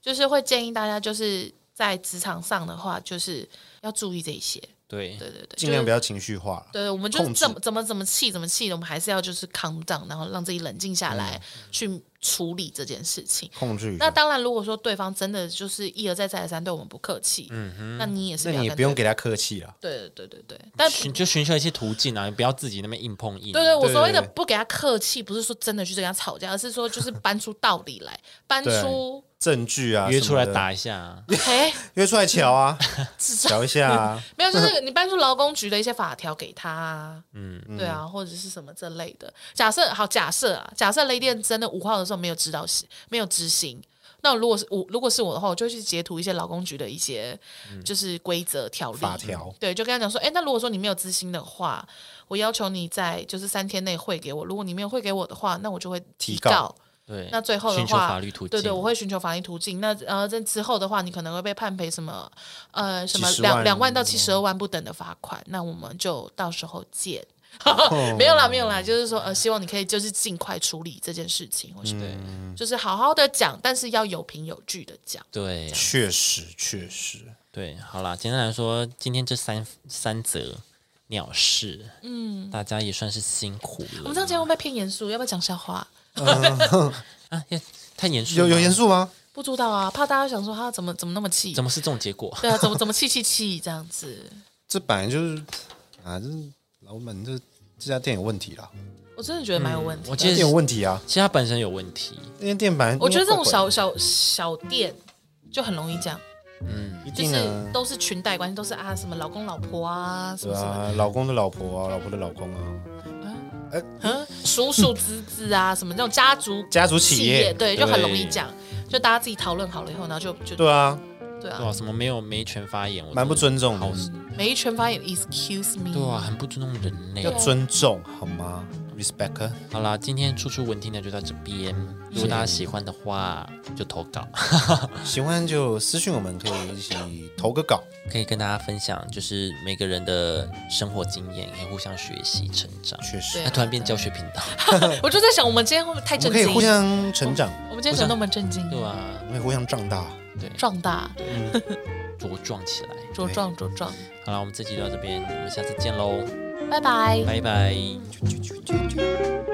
[SPEAKER 3] 就是会建议大家就是在职场上的话，就是要注意这一些。
[SPEAKER 1] 对
[SPEAKER 3] 对对对，
[SPEAKER 2] 尽量
[SPEAKER 3] 就是
[SPEAKER 2] 不要情绪化了。
[SPEAKER 3] 对，我们就是
[SPEAKER 2] 控制
[SPEAKER 3] 怎么怎么怎么气怎么气的，我们还是要就是 calm down，然后让自己冷静
[SPEAKER 2] 嗯
[SPEAKER 3] 下来、去处理这件事情。
[SPEAKER 2] 控制一
[SPEAKER 3] 那
[SPEAKER 2] 下。
[SPEAKER 3] 当然，如果说对方真的就是一而再再而三对我们不客气，嗯哼，那你也是
[SPEAKER 2] 那你
[SPEAKER 3] 要
[SPEAKER 2] 也
[SPEAKER 3] 跟
[SPEAKER 2] 不用
[SPEAKER 3] 对
[SPEAKER 2] 给他客气了，
[SPEAKER 3] 对对对对，但
[SPEAKER 1] 寻就寻求一些途径啊，你不要自己那边硬碰硬啊。
[SPEAKER 3] 对对，我
[SPEAKER 2] 对
[SPEAKER 3] 所谓的
[SPEAKER 2] 对
[SPEAKER 3] 不给他客气，不是说真的去跟他吵架，而是说就是搬出道理来，搬出
[SPEAKER 2] 证据啊，
[SPEAKER 1] 约出来
[SPEAKER 2] 什么的，
[SPEAKER 1] 打一下啊，
[SPEAKER 3] 哎，
[SPEAKER 2] 约出来瞧 啊，瞧一下啊，
[SPEAKER 3] 没有， 就是你搬出劳工局的一些法条给他啊，嗯，对啊，或者是什么这类的。假设好，假设啊，假设雷电真的五号的时候没有指导行，没有执行。那如果是我，如果是我的话，我就去截图一些劳工局的一些就是规则条例
[SPEAKER 2] 法条
[SPEAKER 3] 对，就跟他讲说，哎，那如果说你没有执行的话，我要求你在就是三天内汇给我。如果你没有汇给我的话，那我就会
[SPEAKER 2] 提
[SPEAKER 3] 提
[SPEAKER 2] 告
[SPEAKER 3] 告
[SPEAKER 1] 对，
[SPEAKER 3] 那最后的话，
[SPEAKER 1] 寻求法律途径，
[SPEAKER 3] 对对，我会寻求法律途径。那呃，这之后的话，你可能会被判赔什么呃什么
[SPEAKER 2] 几十万
[SPEAKER 3] 两两万到七十
[SPEAKER 1] 哦
[SPEAKER 3] 二万不等的罚款。那我们就到时候见。
[SPEAKER 1] 哦
[SPEAKER 3] 没有啦，没有啦，就是说呃，希望你可以就是尽快处理这件事情，或是、
[SPEAKER 1] 对
[SPEAKER 3] 就是好好的讲，但是要有凭有据的讲。
[SPEAKER 1] 对
[SPEAKER 2] 确实确实，
[SPEAKER 1] 对，好啦，简单来说，今天这三三则鸟事，嗯，大家也算是辛苦
[SPEAKER 3] 我们
[SPEAKER 1] 了
[SPEAKER 3] 这样节目被骗严肃，要不要讲笑话？
[SPEAKER 1] 啊，也太严肃
[SPEAKER 2] 有
[SPEAKER 1] 了，
[SPEAKER 2] 有严肃吗？
[SPEAKER 3] 不知道啊，怕大家想说他怎么怎么那么气
[SPEAKER 1] 怎，么是这种结果？
[SPEAKER 3] 对啊，怎么怎么气气气这样子。
[SPEAKER 2] 这本来就是啊，这老板这这家店有问题啦，
[SPEAKER 3] 我真的觉得蛮有问题的、
[SPEAKER 1] 嗯我
[SPEAKER 2] 这
[SPEAKER 1] 记
[SPEAKER 2] 家
[SPEAKER 1] 得
[SPEAKER 2] 店有问题啊，
[SPEAKER 1] 其实它本身有问题，
[SPEAKER 2] 那间店本来
[SPEAKER 3] 我觉得这种小小小店就很容易这样，
[SPEAKER 2] 一
[SPEAKER 3] 就
[SPEAKER 2] 定
[SPEAKER 3] 是
[SPEAKER 2] 啊，
[SPEAKER 3] 都是裙带关系，都是啊什么老公老婆啊什
[SPEAKER 2] 对
[SPEAKER 3] 么什么的，
[SPEAKER 2] 啊，老公的老婆啊，老婆的老公啊，
[SPEAKER 3] 嗯，叔叔侄子啊什么这种家族
[SPEAKER 2] 家族
[SPEAKER 3] 企
[SPEAKER 2] 企
[SPEAKER 3] 业，
[SPEAKER 2] 业对
[SPEAKER 3] 对，就很容易讲，就大家自己讨论好了以后，然后就就
[SPEAKER 2] 对啊，
[SPEAKER 1] 对
[SPEAKER 3] 对
[SPEAKER 1] 啊，
[SPEAKER 3] 啊，
[SPEAKER 1] 什么没有没权发言，我
[SPEAKER 2] 蛮不
[SPEAKER 1] 真
[SPEAKER 2] 尊重的，
[SPEAKER 3] 每一圈发言 excuse
[SPEAKER 1] 的。对啊，
[SPEAKER 3] me，
[SPEAKER 1] 很不尊重人类
[SPEAKER 3] 啊
[SPEAKER 2] 要。尊重好吗？respect，
[SPEAKER 1] 好啦，今天处处闻听呢就到这边。如果大家喜欢的话，就投稿，
[SPEAKER 2] 喜欢就私信我们，可以一起投个稿。
[SPEAKER 1] 可以跟大家分享，就是每个人的生活经验，可以互相学习成长。
[SPEAKER 2] 确实
[SPEAKER 3] 对，啊
[SPEAKER 1] 那突然变教学频道，
[SPEAKER 3] 我就在想，我们今天会不会太
[SPEAKER 2] 我们
[SPEAKER 3] 震
[SPEAKER 2] 可以
[SPEAKER 3] 惊？
[SPEAKER 2] 互相成长，
[SPEAKER 3] 我们今天怎么那么震惊？
[SPEAKER 1] 对啊，
[SPEAKER 2] 我们可以互相壮大。
[SPEAKER 1] 对，
[SPEAKER 3] 壮大，
[SPEAKER 1] 茁壮起来。
[SPEAKER 3] 茁壮，茁壮，
[SPEAKER 1] 好啦，我们这集就到这边，我们下次见喽，
[SPEAKER 3] 拜拜。
[SPEAKER 1] 拜拜。
[SPEAKER 2] 啾啾啾啾啾